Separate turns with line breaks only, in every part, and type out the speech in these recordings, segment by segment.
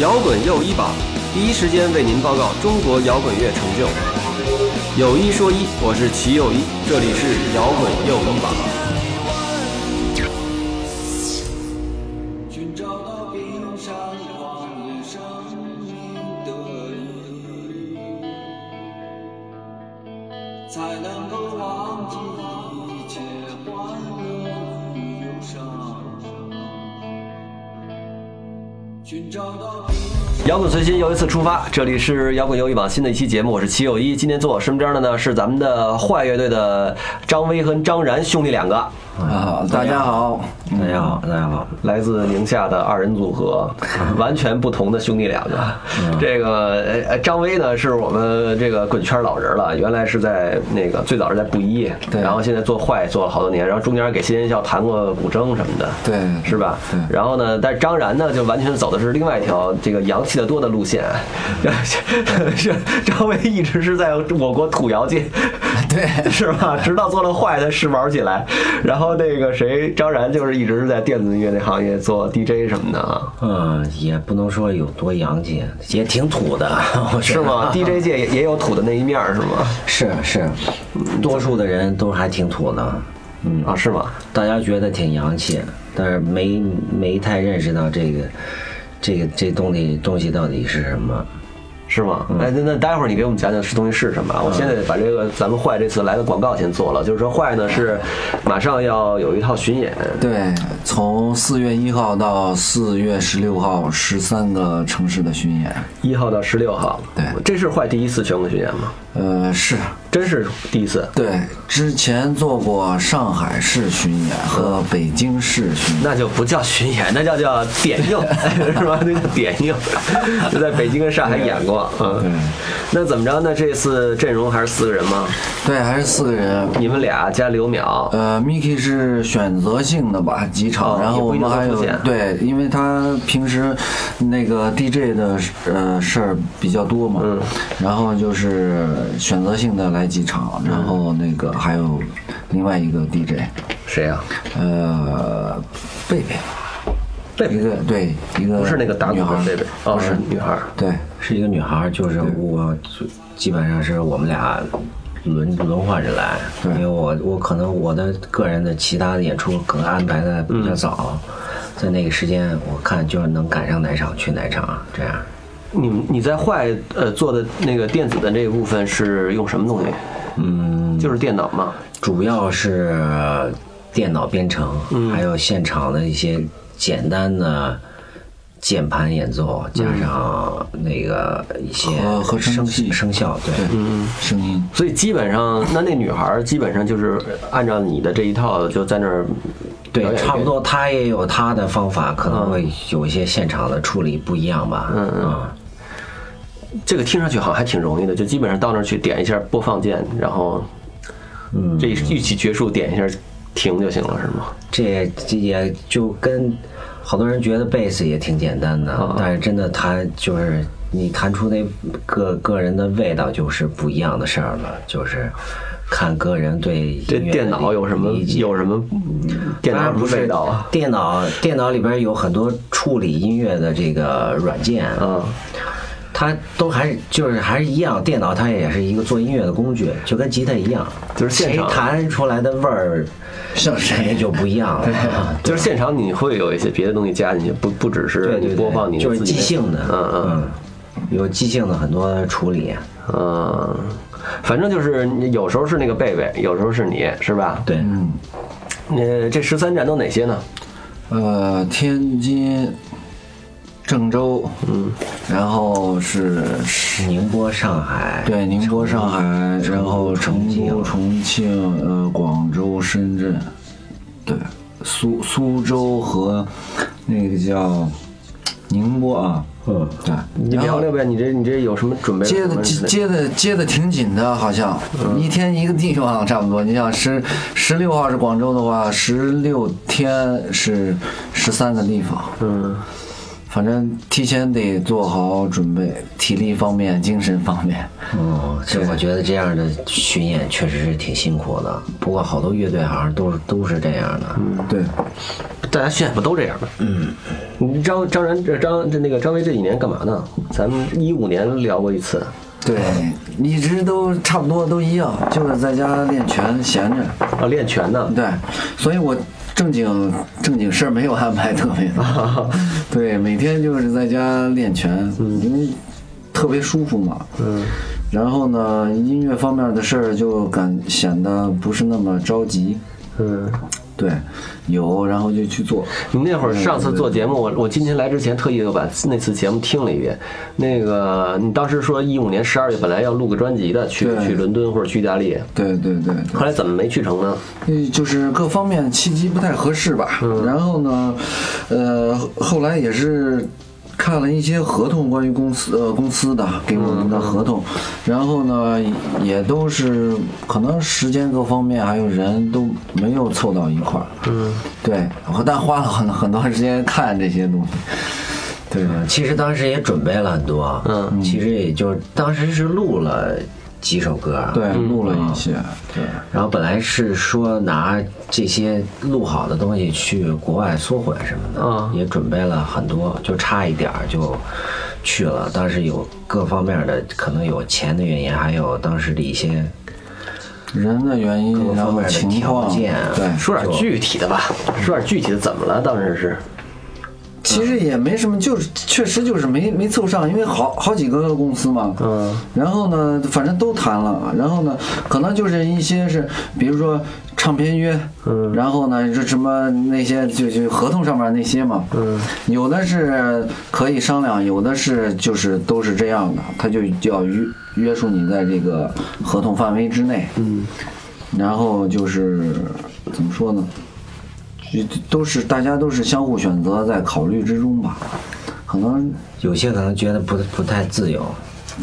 摇滚又一榜，第一时间为您报告中国摇滚乐成就。有一说一，我是齐又一，这里是摇滚又一榜。
寻找到冰山往生命的意义，才能够忘记一切欢乐与忧伤。寻找到冰
摇滚随心又一次出发，这里是摇滚又一榜新的一期节目，我是齐友一。今天坐我身边的呢是咱们的坏乐队的张威和张然兄弟两个。
嗯
啊，大家好，
大家好，大家好，来自宁夏的二人组 合，完全不同的兄弟两个。
嗯
这个呃呃张威呢，是我们这个滚圈老人了，原来是在那个最早是在布衣，
对
然后现在做坏做了好多年，然后中间给新人校弹过古筝什么的，
对
是吧？
对
然后呢，但是张然呢，就完全走的是另外一条这个洋气的多的路 线， 是张威一直是在我国土窑界。
对
是吧？直到做了坏的试玩起来，然后那个谁张然就是一直是在电子音乐那行业做 DJ 什么的啊，
嗯，也不能说有多洋气，也挺土的， 我
是
觉得
吗？？DJ 界也也有土的那一面儿是吗？
是是，多数的人都还挺土的，嗯，
啊，是吗？
大家觉得挺洋气，但是没没太认识到这个这个这东西东西到底是什么。
是吗？哎，那那待会儿你给我们讲讲这东西是什么啊？我现在把这个咱们坏这次来的广告先做了，就是说坏呢是马上要有一套巡演，
对，从四月一号到四月十六号，十三个城市的巡演，
一号到十六号，
对
这是坏第一次全国巡演吗？
呃，是
真是第一次，
对，之前做过上海市巡演和北京市巡演，
那就不叫巡演， 那叫叫点映， 是吧？那叫点映， 就在北京跟上海演过。
对
嗯，那怎么着呢？这次阵容还是四个人吗？
对，还是四个人。
你们俩加刘淼，
呃，Miki 是选择性的吧，几
哦
场，然后我们还
也不
有
一定都出现
对，因为他平时那个 DJ 的呃事儿比较多嘛，
嗯
然后就是选择性的来几场，
嗯
然后那个还有另外一个 DJ，
谁啊呀、
呃，贝贝，
贝贝
一个对一个
不是那个打鼓
女孩
的贝贝，哦，
不
是
是
女孩。
对
是一个女孩儿，就是我，就基本上是我们俩轮轮换着来，
对
因为我我可能我的个人的其他的演出可能安排的比较早，在那个时间我看就是能赶上哪场去哪场这样。
你们你在坏呃做的那个电子的这一部分是用什么东西？嗯，就是电脑嘛。
主要是呃电脑编程，还有现场的一些简单的键盘演奏，加上那个一些
和合成
声
器
声效，对。
对，
嗯
声音
所以基本上，那那女孩儿基本上就是按照你的这一套就在那儿表
对，
演
差不多，他也有他的方法，可能会有一些现场的处理不一样吧。嗯
这个听上去好像还挺容易的，就基本上到那儿去点一下播放键，然后，嗯，这一起结束点一下停就行了，是吗？
这这也就跟好多人觉得贝斯也挺简单的，
哦
但是真的弹就是你弹出那个个人的味道，就是不一样的事儿了，就是看个人对音
这
乐的
电脑有什么
理解
有什么电
当
脑
然
有
不
什么味
是
道啊？
电脑电脑里边有很多处理音乐的这个软件，
嗯，
它都还是就是还是一样，电脑它也是一个做音乐的工具，就跟吉他一样，
就是现
谁
场
弹出来的味儿，
像
肯定就不一样了。
就是现场你会有一些别的东西加进去，不不只是
对
你
对
播放
对，
你
就是
自己
即兴的，
嗯嗯。
嗯，有即兴的很多处理，啊
嗯，反正就是你有时候是那个贝贝，有时候是你，是吧？
对，
呃，这十三站都哪些呢？
呃，天津、郑州，嗯，然后是是
宁波、上海，
对宁波、上海，然后成都、重庆、呃广州、深圳，对，苏苏州和那个叫宁波啊，
嗯，
对，
你
然
聊
后
聊呗，你这你这有什么准备？
接的接的接的挺紧的，好像一天一个地方差不多。你想十十六号是广州的话，十六天是十三个地方，
嗯，
反正提前得做好准备，体力方面、精神方面。
哦，这我觉得这样的巡演确实是挺辛苦的。不过好多乐队好像都是都是这样的。
对，
大家现在不都这样吗？嗯，张张然这张这那个张威这几年干嘛呢？咱们一五年聊过一次，
对，一直都差不多都一样，就是在家练拳闲着。
啊，练拳呢。
对，所以我正经正经事儿没有安排特别多，对，每天就是在家练拳，因为特别舒服嘛。嗯。然后呢，音乐方面的事儿就感显得不是那么着急。
嗯，
对，有，然后就去做。
你那会儿上次做节目，我我今天来之前特意又把那次节目听了一遍。那个你当时说一五年十二月本来要录个专辑的，去
对
去伦敦或者去意大利，
对对对对
后来怎么没去成呢？
嗯，就是各方面契机不太合适吧。然后呢，呃，后来也是看了一些合同，关于公司呃公司的给我们的合同，然后呢，也都是可能时间各方面还有人都没有凑到一块儿。嗯，对，我但花了很很多时间看这些东西。对，
其实当时也准备了很多，嗯，其实也就是当时是录了几首歌，啊
对，录了一些，对。
然后本来是说拿这些录好的东西去国外缩混什么的，
嗯
也准备了很多，就差一点儿就去了。当时有各方面的，可能有钱的原因，还有当时的一些
人的原
各
因，然
方
后
面的
情况，
条件啊
对，
说点具体的吧，说点具体的，怎么了？当时是
其实也没什么，就是确实就是没没凑上，因为好好几个公司嘛。
嗯。
然后呢，反正都谈了，然后呢，可能就是一些是，比如说唱片约，嗯，然后呢，这什么那些就就合同上面那些嘛，嗯，有的是可以商量，有的是就是都是这样的，他就要约约束你在这个合同范围之内，嗯，然后就是怎么说呢？就都是大家都是相互选择，在考虑之中吧。可能
有些可能觉得不不太自由，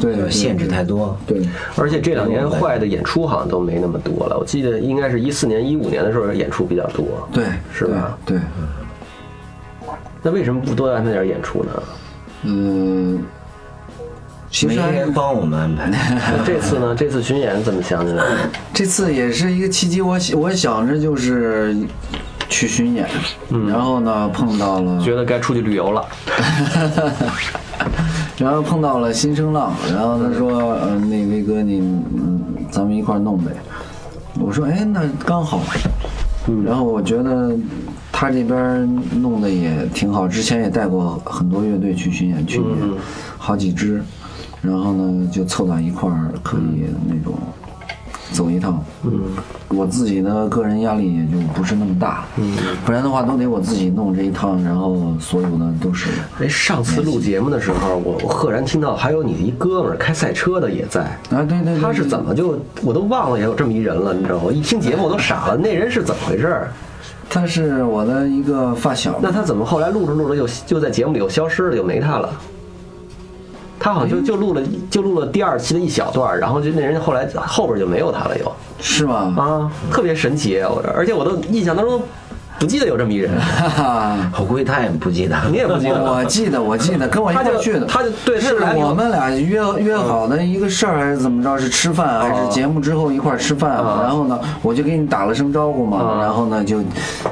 对
就是限制太多，
对
而且这两年坏的演出好像都没那么多了，我记得应该是一四年、一五年的时候演出比较多。
对
是吧？
对，对
那为什么不多安排点演出呢？
嗯，其
没
实还
人帮我们安排。
那这次呢？这次巡演怎么想起来的？
这次也是一个契机，我想我想着就是去巡演，然后呢碰到了，
觉得该出去旅游了。
然后碰到了新声浪，然后他说，呃，那威哥你，嗯，咱们一块儿弄呗。我说，哎，那刚好。然后我觉得他这边弄的也挺好，之前也带过很多乐队去巡演，去年好几支，然后呢就凑到一块儿可以那种走一趟。嗯，我自己的个人压力也就不是那么大，嗯，不然的话都得我自己弄这一趟，然后所有的都是。
哎，上次录节目的时候，我我赫然听到还有你的一哥们儿开赛车的也在。
啊，对对对，
他是
对
怎么就我都忘了有这么一人了，你知道吗？一听节目我都傻了，那人是怎么回事儿？
他是我的一个发小，
那他怎么后来录着录着就就在节目里又消失了，就没他了？他好像就就录了就录了第二期的一小段儿，然后就那人后来后边就没有他了又。
是吗？
啊，特别神奇，我而且我都印象当中不记得有这么一人，
哈哈，
我估计他也不记得，
你也不啊记得
我啊我
了。
记得，我记得，跟我一块儿去的，
他就他就对他
是
来
我们俩约约好的一个事儿，还是怎么着？是吃饭还是节目之后一块儿吃饭？
啊
然后呢，我就给你打了声招呼嘛，然后呢就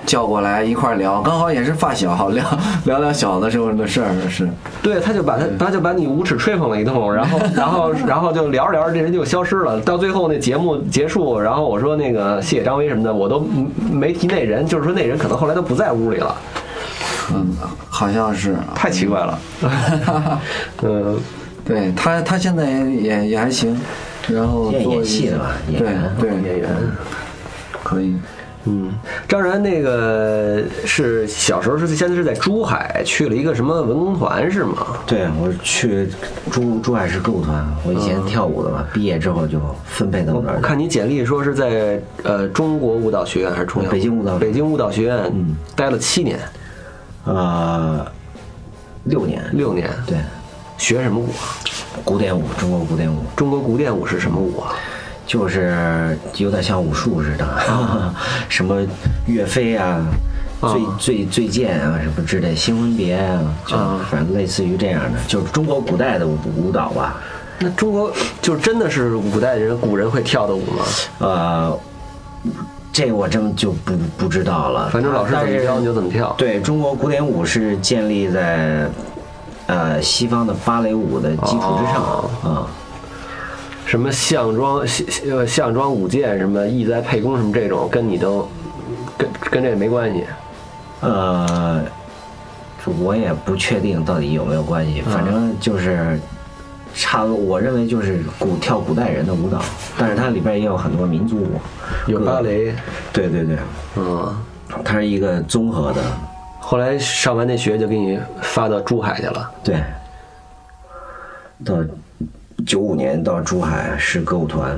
叫过来一块儿聊，刚好也是发小， 聊聊聊小的时候的事儿，是
对，他就把他他就把你无耻吹捧了一通，然后然后然后就聊着聊着这人就消失了。到最后那节目结束，然后我说那个谢谢张威什么的，我都没提那人，就是说那人可能后来都不在屋里了，
嗯，好像是。
太奇怪 了。嗯，
对他，他现在也也也还行，然后
现在
做
演
一
戏
些
了吧演
对
员
对
演员，
可以。
嗯，张然那个是小时候是现在是在珠海去了一个什么文工团是吗？
对，我去珠珠海市歌舞团，我以前跳舞的嘛，毕业之后就分配到
我
那
我
儿了。
看你简历说是在呃中国舞蹈学院还是中央
北京舞蹈嗯
北京舞蹈学院待了七年
呃，六年，
六年，
对，
学什么舞啊？
古典舞，中国古典舞，
中国古典舞是什么舞啊？
就是有点像武术似的，什么岳飞啊，最最最贱啊什么之类，新婚别啊，就反正类似于这样的，就是中国古代的舞舞蹈啊吧。
那中国就真的是古代人古人会跳的舞吗？
呃，这我真就不不知道了。
反正老师怎
但
么
是
教你就怎么跳。
对中国古典舞是建立在呃西方的芭蕾舞的基础之上啊、
什么项庄项呃项庄舞剑什么意在沛公什么这种，跟你都跟跟这没关系。
呃，我也不确定到底有没有关系，反
嗯
正就是差不多，我认为就是古跳古代人的舞蹈，但是它里边也有很多民族舞，
有
各
芭，蕾，
对对对，
嗯，
它是一个综合的，
后来上完那学就给你发到珠海去了。
对，到九五年到珠海市歌舞团，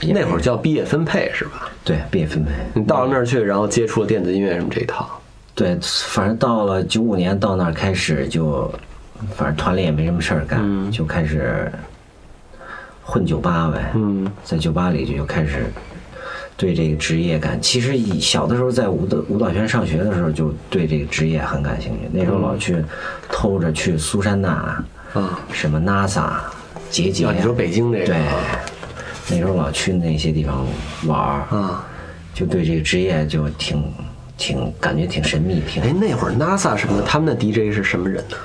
也
那会儿叫毕业分配是吧？
对毕业分配，
你到了那儿去，然后接触了电子音乐什么这一套。
对，反正到了九五年到那儿开始就，反正团里也没什么事儿干，
嗯
就开始混酒吧呗。
嗯，
在酒吧里就开始对这个职业感。其实以小的时候在舞蹈舞蹈学院上学的时候，就对这个职业很感兴趣。那时候
嗯
老去偷着去苏珊娜，
啊，
什么 NASA、杰杰，
啊，你说北京啊这个
对，那时候老去那些地方玩儿，
啊，
就对这个职业就挺挺感觉挺神秘，挺
哎，那会儿 NASA 什么的，他们的 DJ 是什么人呢？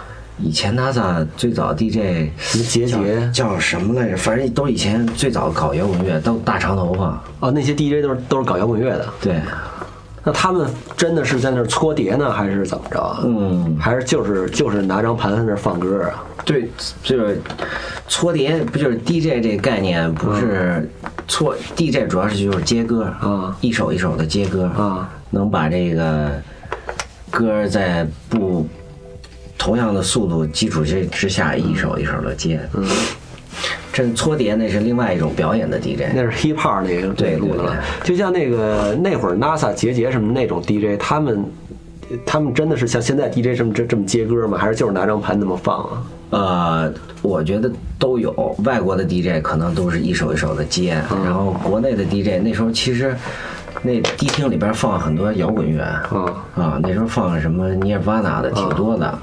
以前 NASA 最早 DJ
什么杰杰
叫叫什么来着？反正都以前最早搞摇滚乐，都大长头发。
哦，那些 DJ 都是都是搞摇滚乐的。
对，
那他们真的是在那儿搓碟呢，还是怎么着啊？
嗯
还是就是就是拿张盘在那儿放歌啊？
对，就是搓碟，不就是 DJ 这个概念？不是搓、DJ 主要是就是接歌
啊
一首一首的接歌
啊，
能把这个歌在不同样的速度基础之之下，一首一首的接。嗯，这搓碟那是另外一种表演的 DJ。
那是 hip hop 那个
对对
路的了，就像那个那会儿 NASA 杰杰什么那种 DJ，他们他们真的是像现在 DJ 这么这这么接歌吗？还是就是拿张盘那么放啊？
呃，我觉得都有。外国的 DJ 可能都是一首一首的接，
嗯
然后国内的 DJ 那时候其实那迪厅里边放很多摇滚乐，
嗯
啊，那时候放什么涅瓦纳的挺多的，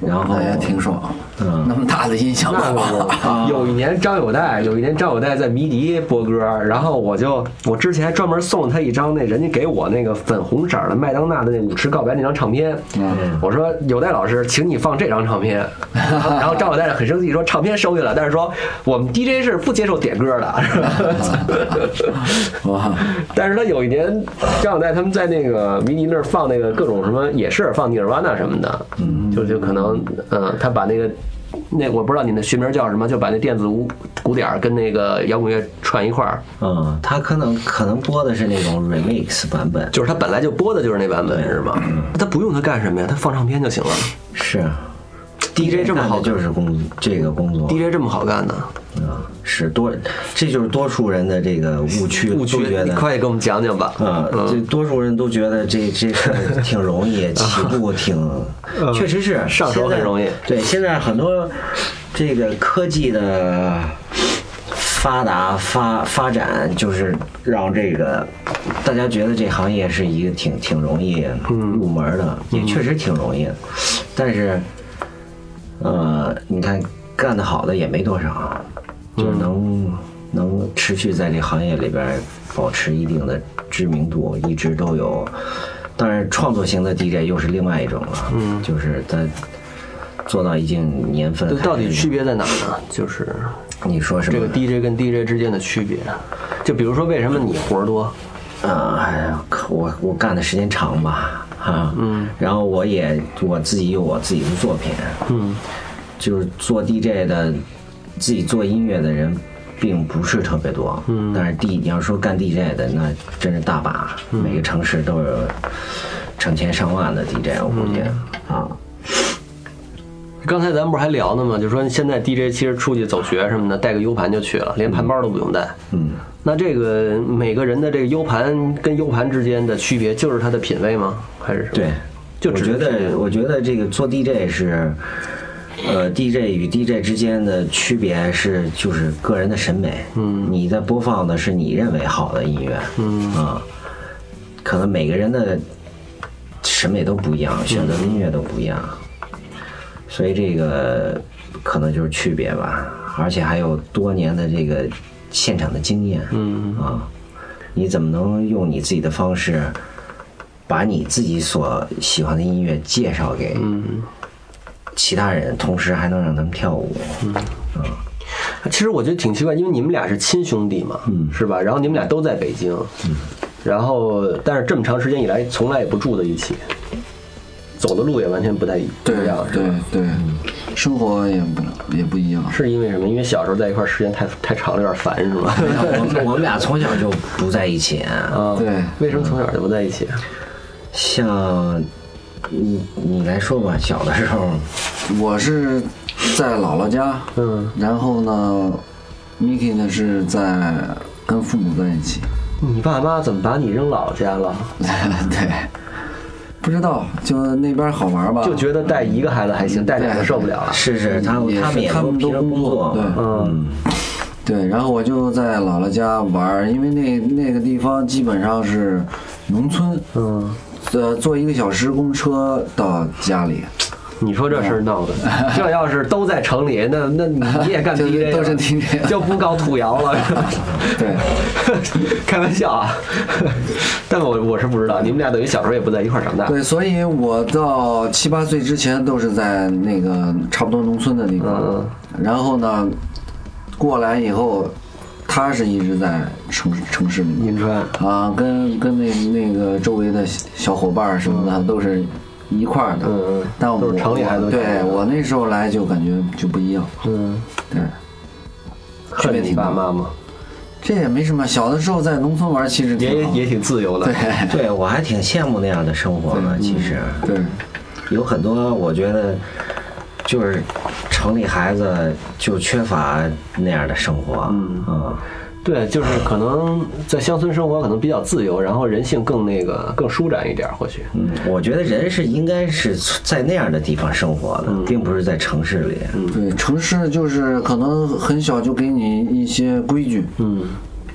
然后
那
哦
也挺爽，
嗯
那么大的音响
那
吧，
个有一年张友代，有一年张友代在迷笛播歌，然后我就我之前还专门送了他一张那人家给我那个粉红色的麦当娜的那《舞池告白》那张唱片，我说友代老师，请你放这张唱片。然后张友代很生气说唱片收下了，但是说我们 DJ 是不接受点歌的。
哇，
但是他有一年，张小代他们在那个迷笛那儿放那个各种什么，也是放尼尔瓦纳什么的，就就可能，嗯，他把那个那我不知道你那学名叫什么，就把那电子舞鼓点儿跟那个摇滚乐串一块儿，
嗯，他可能可能播的是那种 remix 版本，
就是他本来就播的就是那版本是吗？他不用他干什么呀？他放唱片就行了。
是
DJ 这么好
干的就是工这个工作
DJ 这么好干呢？
啊，是多，这就是多数人的这个误区，
误区
都觉，
你
得
快给给我们讲讲吧。
啊，这多数人都觉得这这事 儿挺容易，起步挺，确实是
嗯上手
现在
很容易
对，现在很多这个科技的发达发发展，就是让这个大家觉得这行业是一个挺挺容易入门的，也确实挺容易的，但是呃，你看干得好的也没多少，啊
嗯
就是能、能持续在这行业里边儿保持一定的知名度，一直都有。但是创作型的 DJ 又是另外一种了，嗯，就是他做到一定年份开
对，
始，
到底区别在哪呢？就是
你说什么？
这个 DJ 跟 DJ 之间的区别，就比如说为什么你活儿多？
啊，哎呀，可我我干的时间长吧，啊，嗯，然后我也我自己有我自己的作品，嗯，就是做 DJ 的，自己做音乐的人并不是特别多，嗯，但是 D 你要说干 DJ 的那真是大把，每个城市都有成千上万的 DJ，我估计、啊，
刚才咱们不是还聊呢吗？就说现在 DJ 其实出去走学什么的，带个 U 盘就去了，连盘包都不用带。嗯，那这个每个人的这个 U 盘跟 U 盘之间的区别，就是它的品味吗？还是什么
对，
就
我
只
觉得，我觉得这个做 DJ 是，呃，DJ 与 DJ 之间的区别是，就是个人的审美。嗯，你在播放的是你认为好的音乐。嗯啊，可能每个人的审美都不一样，选择的
嗯
音乐都不一样，所以这个可能就是区别吧。而且还有多年的这个现场的经验，嗯啊，你怎么能用你自己的方式，把你自己所喜欢的音乐介绍给
嗯
嗯
其他人，同时还能让他们跳舞？
嗯
其实我觉得挺奇怪，因为你们俩是亲兄弟嘛，
嗯
是吧？然后你们俩都在北京，然后但是这么长时间以来从来也不住在一起，走的路也完全不太一不
对
一样，是啊吧
对对，
嗯
生活也不也不一样。
是因为什么？因为小时候在一块儿时间太太长了，有点烦，是 吧？
我们我们俩从小就不在一起，
啊，
对
为什么从小就不在一起？
像你你来说吧，小的时候，
我是在姥姥家，
嗯，
然后呢，Miki 呢是在跟父母在一起，
你爸妈怎么把你扔老家了？
对，不知道就那边好玩吧，嗯
就觉得带一个孩子还行，带俩就受不了了。
是是，他
啊也是
们也
他
都
们
平
都
时
工
工
作
作嘛，
嗯，
对，然后我就在姥姥家玩儿，因为那那个地方基本上是农村，
嗯，
呃，坐一个小时公车到家里，
你说这事儿闹的， 这要是都在城里，那那你也干
就
DJ，
都是
了
DJ
就不搞土窑了。是 吧
对，
开玩笑啊， 但我我是不知道，你们俩等于小时候也不在一块儿长大。
对，所以我到七八岁之前都是在那个差不多农村的地方，
嗯
然后呢，过来以后，他是一直在城市城市里面，
银川，
啊，跟跟那那个周围的小伙伴儿什么的都是一块儿的，
嗯嗯嗯
但我
都是城里孩子
我
小
对
伙伴
我那时候来就感觉就不一样，
嗯，
对，区
恨
别
你
挺
爸
大。
妈吗？
这也没什么，小的时候在农村玩儿其实挺
也
好
也挺自由的
对。嗯
对我还挺羡慕那样的生活的，其实
对
有很多我觉得就是城里孩子就缺乏那样的生活，嗯，
对，就是可能在乡村生活可能比较自由，然后人性更那个更舒展一点儿，或许。
嗯我觉得人是应该是在那样的地方生活的，
嗯
并不是在城市里，
对，城市就是可能很小就给你一些规矩，
嗯，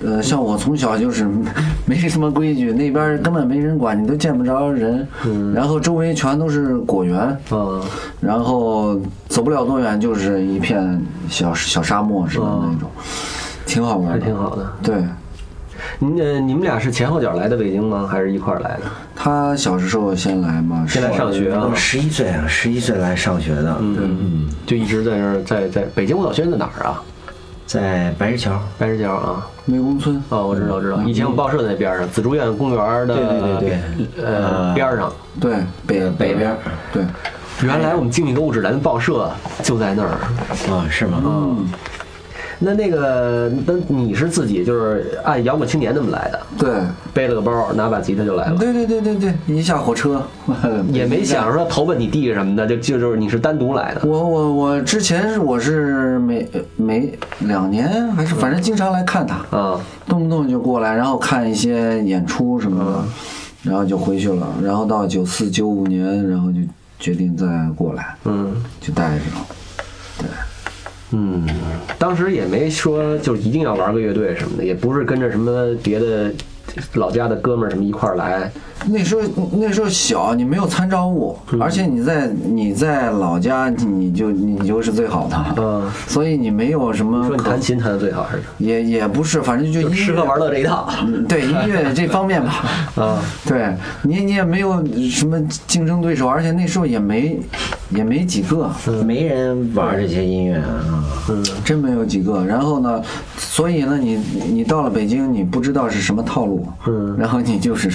呃，像我从小就是 没什么规矩，那边儿根本没人管，你都见不着人，然后周围全都是果园，
嗯，
然后走不了多远就是一片小小沙漠似的那种，挺好
哦还
玩
挺
的。
好的。
对
你呃，你们俩是前后脚来的北京吗？还是一块儿来的？
他小时候先来嘛，
先来
是
上学啊
我？十一岁啊，十一岁来上学的，
嗯，就一直在这儿，在在北京舞蹈学院在哪儿啊？
在白石桥。
白石桥啊？
湄公村，
哦，我知道，知道。以前我们报社在那边儿上，紫竹院公园的
嗯对对对对
呃
呃
边儿上。
对
呃
北
北
边
边
儿，对
原来我们经济和物质栏的报社就在那儿。
啊，是吗？嗯，
那那个，那你是自己就是按摇滚青年那么来的，
对
背了个包，拿把吉他就来了。
对对对对对，一下火车
也没想说投奔你弟什么的，就就就是你是单独来的。
我我我之前是我是每每两年还是反正经常来看他，
啊，
动不动就过来，然后看一些演出什么
嗯
的，然后就回去了。然后到九四九五年，然后就决定再过来，
嗯
就待着。
嗯，当时也没说就一定要玩个乐队什么的，也不是跟着什么别的老家的哥们儿什么一块儿来。
那时候那时候小，你没有参照物，
嗯
而且你在你在老家，你你就你就是最好的，
嗯，
所以你没有什么
说你
可
弹琴弹的最好是
也也不是，反正就音乐
吃喝玩乐这一套。
嗯 对音乐这方面吧，
啊，
对你你也没有什么竞争对手，而且那时候也没也没几个，
嗯没人玩这些音乐啊。
嗯
真没有几个。然后呢，所以呢，你你到了北京，你不知道是什么套路，
嗯
然后你就是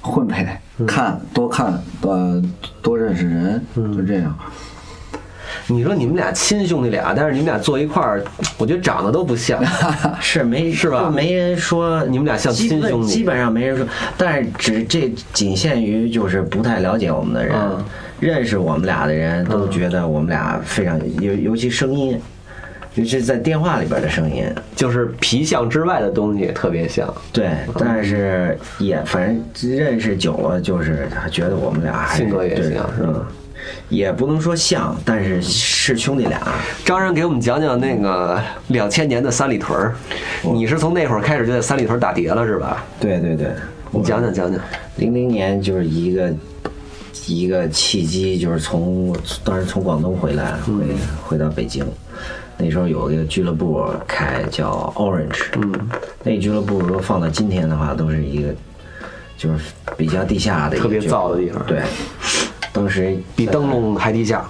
混呗，看多看，呃，多认识人，
嗯
就这样。
你说你们俩亲兄弟俩，但是你们俩坐一块儿，我觉得长得都不 像。
是没
是吧
就没人说
你们俩像亲
基本
兄弟
基本上没人说，但是只这仅限于就是不太了解我们的人，
嗯
认识我们俩的人都觉得我们俩非常尤尤其声音，尤其在电话里边的声音，
就是皮相之外的东西也特别像。
对，但是也反正认识久了就是觉得我们俩还是
性格也
对
像是吧
嗯，也不能说像，但是是兄弟俩。
张然给我们讲讲那个两千年的三里屯儿，你是从那会儿开始就在三里屯打碟了是吧？
对对对，
你讲讲讲讲，
零零年就是一个一个契机，就是从当时从广东回来，
嗯
回回到北京。那时候有一个俱乐部开叫 Orange，嗯，那俱乐部如果放到今天的话，都是一个就是比较地下的一个
特别
俱乐部
燥的地方
对，当时
比灯笼还低下。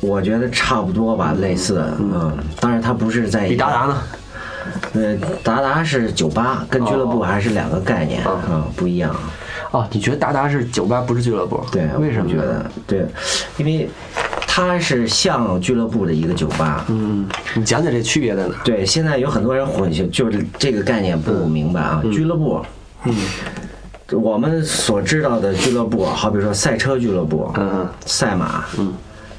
我觉得差不多吧，类似的，嗯，但是它不是在一
比
个
达达呢？
呃，达达是酒吧，跟俱乐部还是两个概念啊、不一样。
哦，你觉得达达是酒吧，不是俱乐部？
对，啊
为什
我
么
觉
呢？
得对？因为它是像俱乐部的一个酒吧。
嗯，你讲讲这区别在哪儿？
对，现在有很多人混淆，就是这个概念不明白啊。俱乐部，嗯，我们所知道的俱乐部，好比说赛车俱乐部，
嗯，
赛马，嗯，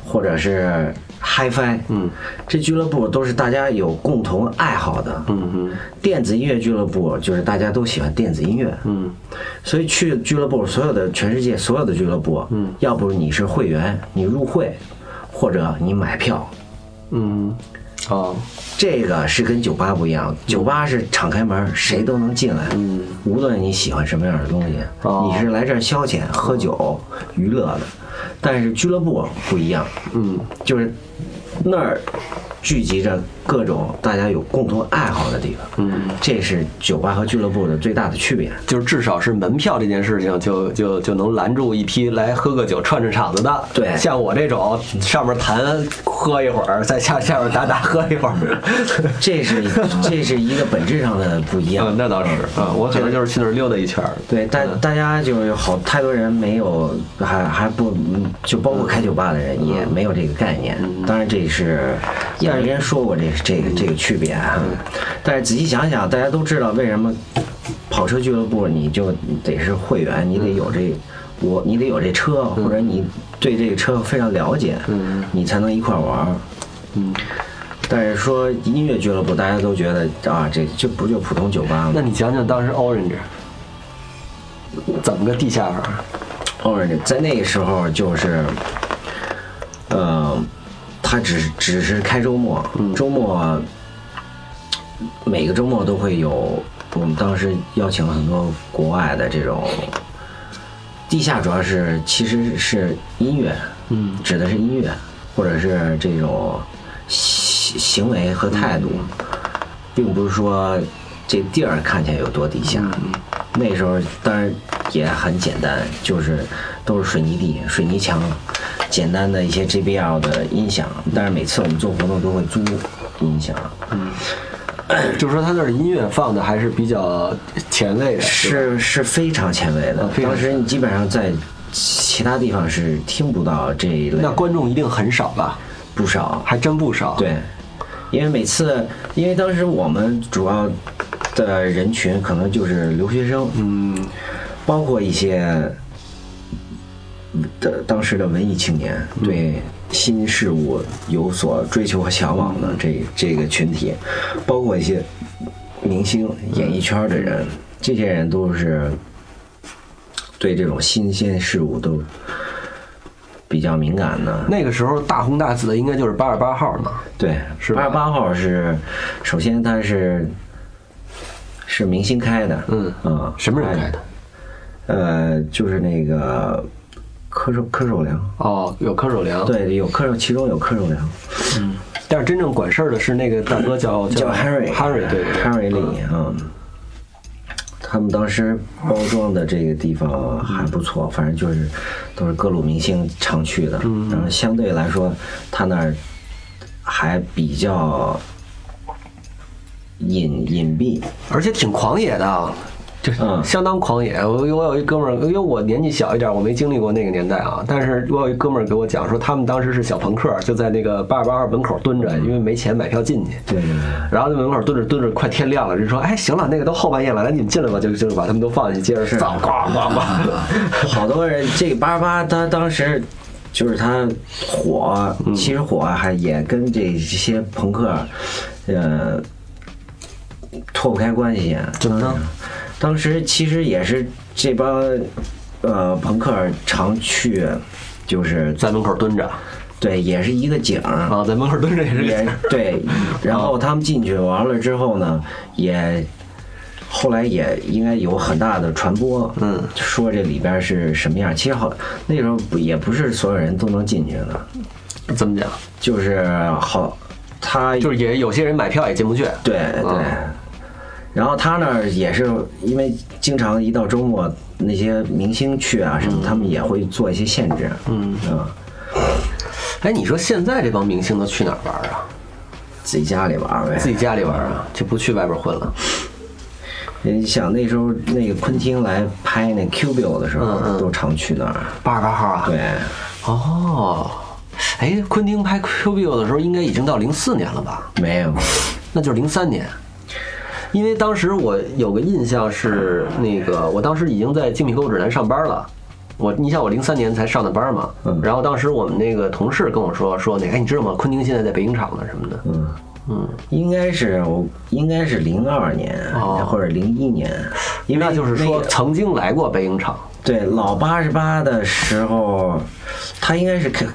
或者是 HiFi，嗯，这俱乐部都是大家有共同爱好的，嗯嗯。电子音乐俱乐部就是大家都喜欢电子音乐，嗯，所以去俱乐部，所有的全世界所有的俱乐部，嗯，要不你是会员，你入会，或者你买票，
嗯，哦，
这个是跟酒吧不一样，酒吧是敞开门，谁都能进来，嗯，无论你喜欢什么样的东西，
哦
你是来这儿消遣、喝酒、娱乐的。但是俱乐部不一样，嗯，就是那儿聚集着各种大家有共同爱好的地方，嗯，这是酒吧和俱乐部的最大的区别。
就是至少是门票这件事情就，就就能拦住一批来喝个酒、串串场子的。
对
像我这种上面弹喝一会儿，在下下面打打喝一会儿。
这是这是一个本质上的不一 样
嗯，，那倒是啊，我可能就是去那儿溜达一圈儿。
对，大大家就是好，太多人没有，还还不嗯就包括开酒吧的人也没有这个概念。当然这是也有人说过这这个这个区别啊，但是仔细想想，大家都知道为什么跑车俱乐部你就得是会员，你得有这我你得有这车，或者你对这个车非常了解，你才能一块儿玩儿。嗯但是说音乐俱乐部，大家都觉得啊，这这不就普通酒吧吗
那？你讲讲当时 Orange 怎么个地下法？
Orange 在那个时候就是，呃，他只是只是开周末，周末每个周末都会有，我们当时邀请了很多国外的这种地下，主要是其实是音乐，嗯，指的是音乐或者是这种行行为和态度，并不是说这地儿看起来有多地下。那时候当然也很简单，就是都是水泥地、水泥墙，简单的一些 JBL 的音响。但是每次我们做活动都会租音响，
就是说他那儿的音乐放的还是比较前卫的，吧
是是非常前卫的
啊。非常
当时你基本上在其他地方是听不到这一类
那观众一定很少吧？
不少，
还真不少。，
对，因为每次，因为当时我们主要的人群可能就是留学生，嗯，包括一些的当时的文艺青年，对新事物有所追求和向往的这这个群体，包括一些明星、演艺圈的人，这些人都是对这种新鲜事物都比较敏感的，
那个时候大红大紫的应该就是八二八号嘛。
对，
是吧
八十八号是，首先它是是明星开的，
嗯
啊，
什么人开的？
呃，就是那个柯受柯受良，
哦，有柯受良。，
对，有柯受，其中有柯受良，
但是真正管事儿的是那个大哥叫
叫 Harry
Harry，对对嗯对
Harry 李啊。他们当时包装的这个地方还不错，反正就是都是各路明星常去的。
嗯
然后相对来说，他那儿还比较隐隐蔽，
而且挺狂野的啊，这
嗯
相当狂野。我我有一哥们儿，因为我年纪小一点，我没经历过那个年代啊。但是我有一哥们儿给我讲说，他们当时是小朋克，就在那个八二八二门口蹲
嗯
着，因为没钱买票进去。
对对对
然后在门口蹲着蹲着，快天亮了，人说：“哎，行了，那个都后半夜了，来你们进来吧。”就就把他们都放进去，接着造，咣咣咣。
好多人，这个八八他当时就是他火，其实火啊还也跟这些朋克，呃，脱不开关系。啊
怎么呢？
当时其实也是这帮呃朋克常去，就是
在门口蹲着
对，也是一个景儿。
啊，在门口蹲着也是
也
这样。
对，然后他们进去玩了之后呢，也后来也应该有很大的传播，嗯，说这里边是什么样。其实好，那时候不也不是所有人都能进去的，
怎么讲？
就是好，他
就是也有些人买票也进不去。
对对。
嗯
然后他那儿也是因为经常一到周末，那些明星去啊什么，他们也会做一些限制。嗯啊，
哎，你说现在这帮明星都去哪儿玩啊？
自己家里玩儿呗。
自己家里玩啊，就不去外边混了。
你想那时候那个昆汀来拍那 Q Bill 的时
嗯
候，都常去那儿。
八十八号啊？
对，
哦，哎，昆汀拍《Q Bill》的时候，应该已经到零四年了吧？
没有，
那就是零三年。因为当时我有个印象是，那个我当时已经在《精品购物指南》上班了。我，你想我零三年才上的班嘛，然后当时我们那个同事跟我说说那，哎，你知道吗？昆汀现在在北影厂呢什么的。嗯
应该是我应该是零二年、
哦
或者零一年，因为
那就是说
个
曾经来过北影厂。
对老八十八的时候，他应该是开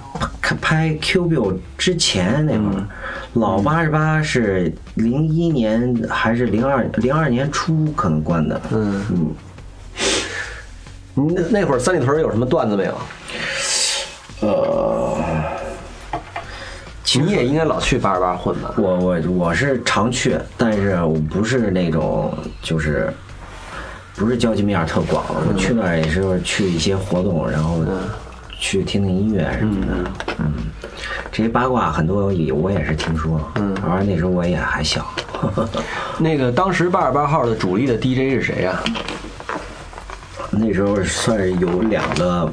开拍 Q Bill 之前那会
嗯
儿，老八十八是零一年还是零二零二年初可能关的，
嗯嗯。那那会儿三里屯有什么段子没有？呃，你也应该老去八十八混吧？
我我我是常去，但是我不是那种就是不是交际面儿特广，我去那儿也是去一些活动，然后去听听音乐什么的。嗯，这些八卦很多也我也是听说，嗯，而那时候我也还小，
那个当时八十八号的主力的 DJ 是谁呀、啊
那时候算是有两个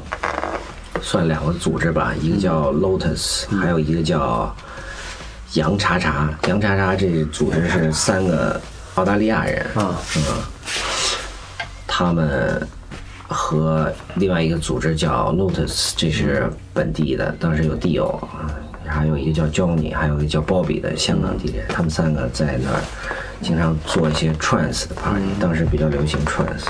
算两个组织吧，一个叫 Lotus，、还有一个叫杨查查。杨查查这组织是三个澳大利亚人
啊
嗯他们和另外一个组织叫 Lotus，这是本地的，当时有 Dio，还有一个叫 Johnny，还有一个叫 Bobby 的香港 DJ，他们三个在那儿经常做一些 trance 的 party，、当时比较流行 trance。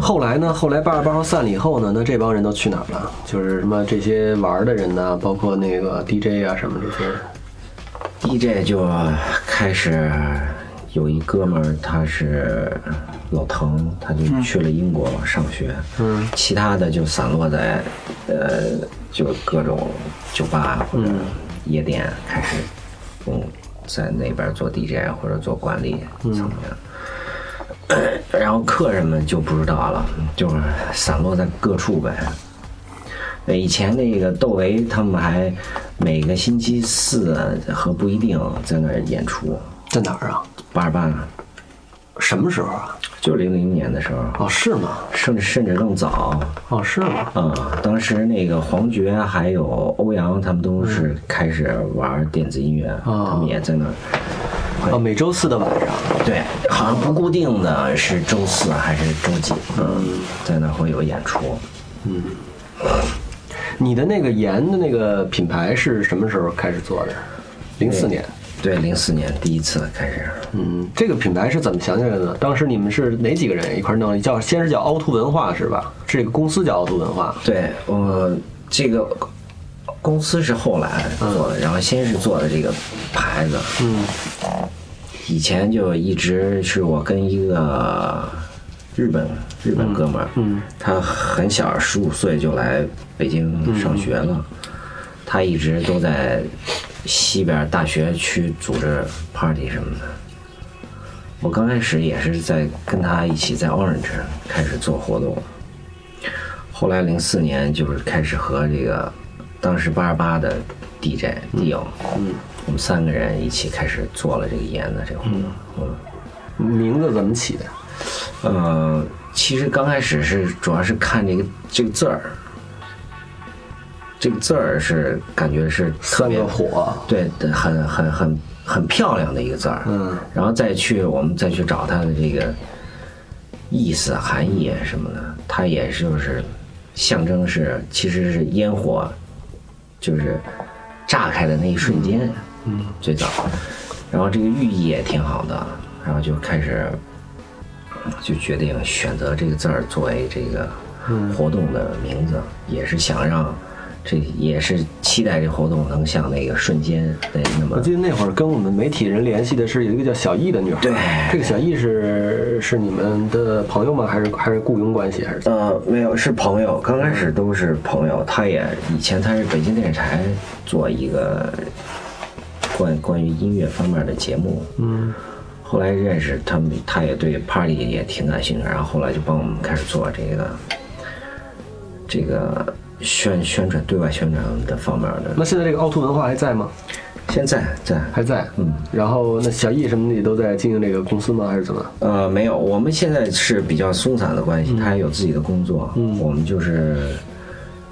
后来呢？后来八十八号散了以后呢？那这帮人都去哪儿了？就是什么这些玩的人呐、包括那个 DJ 啊什么这些人。
DJ 就开始有一哥们儿，他是老滕，他就去了英国上学。嗯，其他的就散落在呃，就各种酒吧或者夜店开始，嗯，在那边做 DJ 或者做管理层面。 然后客人们就不知道了，就是散落在各处呗。呃，以前那个窦唯他们还每个星期四和不一定在那儿演出，
在哪儿啊？
八十八，
什么时候啊？
就零零年的时候，
哦，是吗？
甚至甚至更早。
哦，是吗？
嗯，当时那个黄觉啊还有欧阳，他们都是开始玩电子音乐，他们也在那儿。
哦，每周四的晚上。
对，好像不固定的是周四还是周几，嗯，在那儿会有演出。
你的那个盐的那个品牌是什么时候开始做的？零四年。
对，零四年第一次开始，
嗯，这个品牌是怎么想起来的呢？当时你们是哪几个人一块儿弄的？叫先是叫凹凸文化是吧？这个公司叫凹凸文化。
对，我、这个公司是后来做的，然后先是做的这个牌子。嗯，以前就一直是我跟一个日本日本哥们儿，嗯，他很小，十五岁就来北京上学了，他一直都在西边大学区组织 party 什么的。我刚开始也是在跟他一起在 Orange 开始做活动，后来零四年就是开始和这个当时八十八的 DJ Dio，嗯，我们三个人一起开始做了这个盐的这个活动，嗯，
名字怎么起的？
呃，其实刚开始是主要是看这个这个字儿，这个字儿是感觉是特
三
别
个火。
对，很很很很漂亮的一个字儿。
嗯，
然后再去我们再去找它的这个意思、含义什么的，它也就是象征是其实是烟火，就是炸开的那一瞬间。嗯，最早，然后这个寓意也挺好的，然后就开始就决定选择这个字儿
嗯
作为这个活动的名字，也是想让这也是期待这活动能像那个瞬间那那
我
么
记得那会儿跟我们媒体人联系的是有一个叫小易的女孩，
对
这个小易是是你们的朋友吗？还是还是雇佣关系？还是怎么
呃，没有，是朋友，刚开始都是朋友。他也以前他是北京电视台做一个关关于音乐方面的节目，嗯，后来认识他们，他也对 party 也挺感兴趣，然后后来就帮我们开始做这个这个宣宣传对外宣传的方面的。
那现在这个凹凸文化还在吗？
现在在
还在，嗯。然后那小易什么的也都在经营这个公司吗？还是怎么？
呃，没有，我们现在是比较松散的关系，他也有自己的工作，我们就是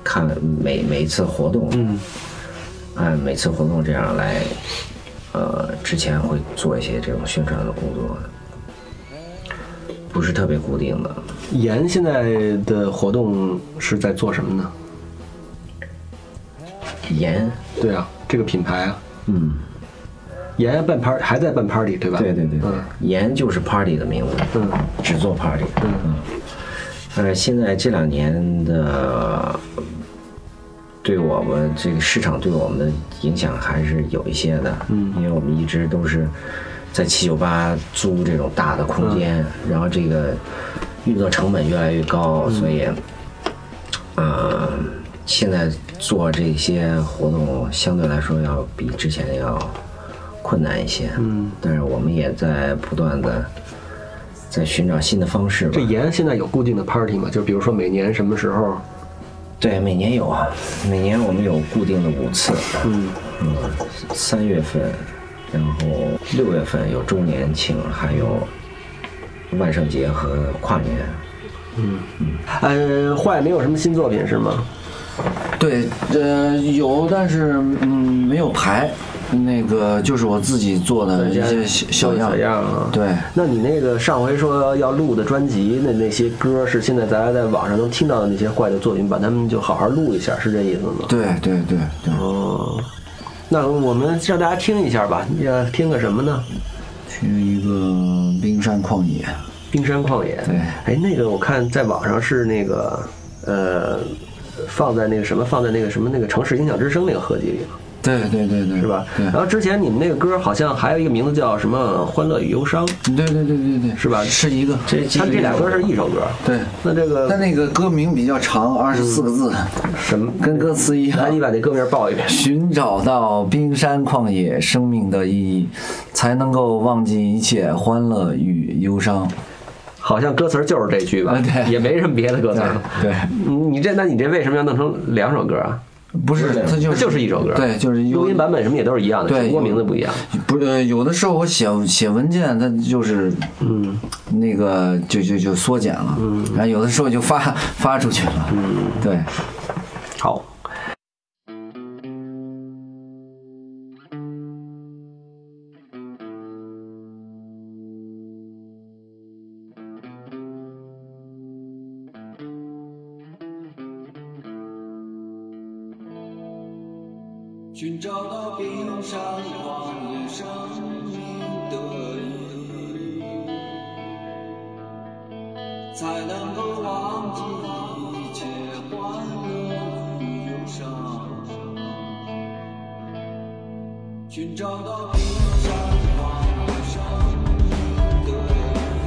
看每每一次活动，嗯，按每次活动这样来，呃，之前会做一些这种宣传的工作，不是特别固定的。
盐现在的活动是在做什么呢？
盐，
对啊，这个品牌啊，
嗯，
盐办 party 还在办 party 对吧？
对对对，
嗯
盐就是 party 的名字，
嗯，
只做 party，嗯但是呃现在这两年的对我们这个市场对我们的影响还是有一些的，嗯，因为我们一直都是在七九八租这种大的空间，然后这个运作成本越来越高，所以，呃，现在做这些活动相对来说要比之前要困难一些，嗯，但是我们也在不断的在寻找新的方式吧
这。盐现在有固定的 party 吗？就比如说每年什么时候？
对，每年有啊，每年我们有固定的五次，嗯三月份，然后六月份有周年庆，还有万圣节和跨年。
呃，坏没有什么新作品是吗？
对，呃，有，但是嗯，没有排，那个就是我自己做的一些小小样，
小样啊。
对，
那你那个上回说要录的专辑，那那些歌是现在大家在网上能听到的那些坏的作品，把它们就好好录一下，是这意思吗？
对对对对，
哦，那我们让大家听一下吧，要听个什么呢？
听一个冰山旷野，
冰山旷野。
对
哎，那个我看在网上是那个呃，放在那个什么，放在那个什么那个城市音响之声那个合集里了，
对对对对，
是吧？呃
对
然，后之前你们那个歌好像还有一个名字叫什么《欢乐与忧伤》，
对对对对对，
是吧
是一个，
这
他们这俩歌是一首歌。
对，
那这
但
个
那个歌名比较长，二十四个字，
什么？
跟歌词一
来，
样
你。把那歌名报一遍。
寻找到冰山旷野生命的意义，才能够忘记一切欢乐与忧伤。
好像歌词儿就是这句吧，
啊对
也没什么别的歌词儿了。
对
嗯，你这那你这为什么要弄成两首歌啊？
不是，它就
它
是
就是一首歌，
对，就是有
录音版本什么也都是一样的，
对
只不过
有
名字不一样。
不是，呃有的时候我写写文件，它就是嗯，那个就就就缩减了，嗯，然后有的时候就发 发出去了，嗯，对，
好，
寻找到冰山旷野生命的意义，才能够忘记一切欢乐与忧伤。寻找到冰山旷野生命的意义，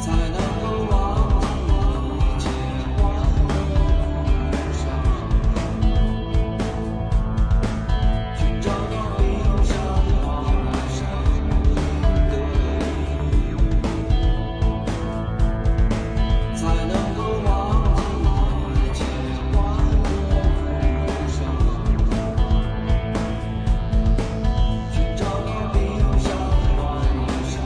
才能够忘记一切欢乐。寻找到冰山旷野生命的意义，才能够忘记一切欢乐与忧伤。寻找到冰山旷野生命的意义，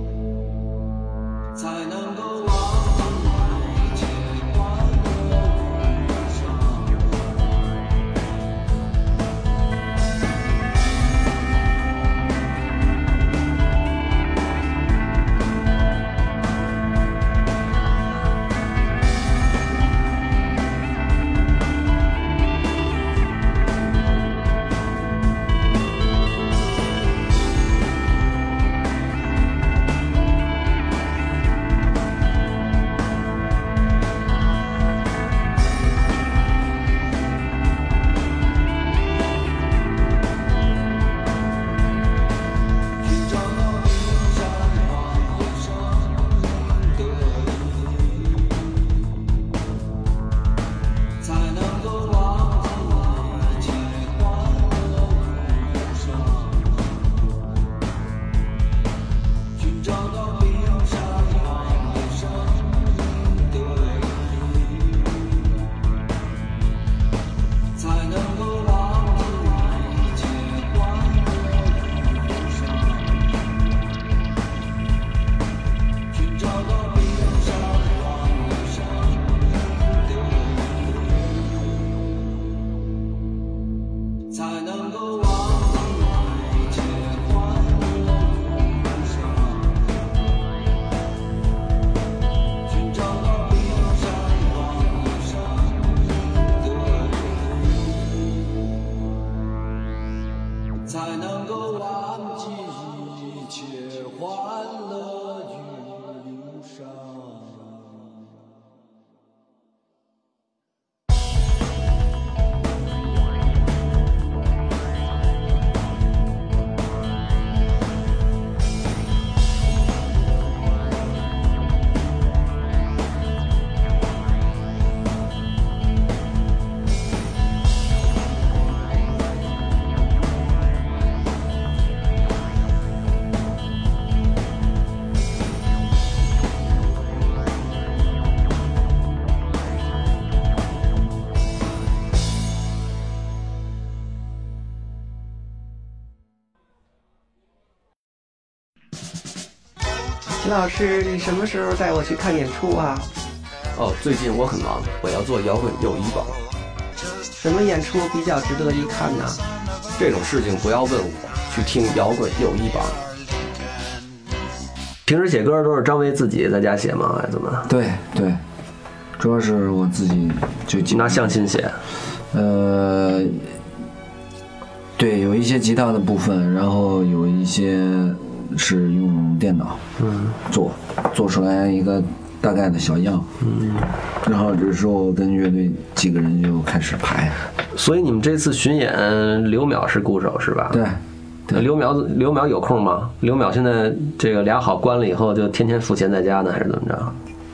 才能够忘记一切欢乐与忧伤。
陈老师，你什么时候带我去看演出啊？
哦，最近我很忙，我要做摇滚又医保。
什么演出比较值得一看呢？
这种事情不要问我，去听摇滚又一榜。平时写歌都是张维自己在家写吗？还是怎么？
对对，主要是我自己就基
拿相亲写？
呃，对，有一些吉他的部分，然后有一些是用电脑，嗯，做做出来一个大概的小样，嗯，然后这时候跟乐队几个人就开始排，
所以你们这次巡演，刘淼是鼓手是吧？
对，对
刘淼，刘淼有空吗？刘淼现在这个俩好关了以后，就天天赋闲在家呢，还是怎么着？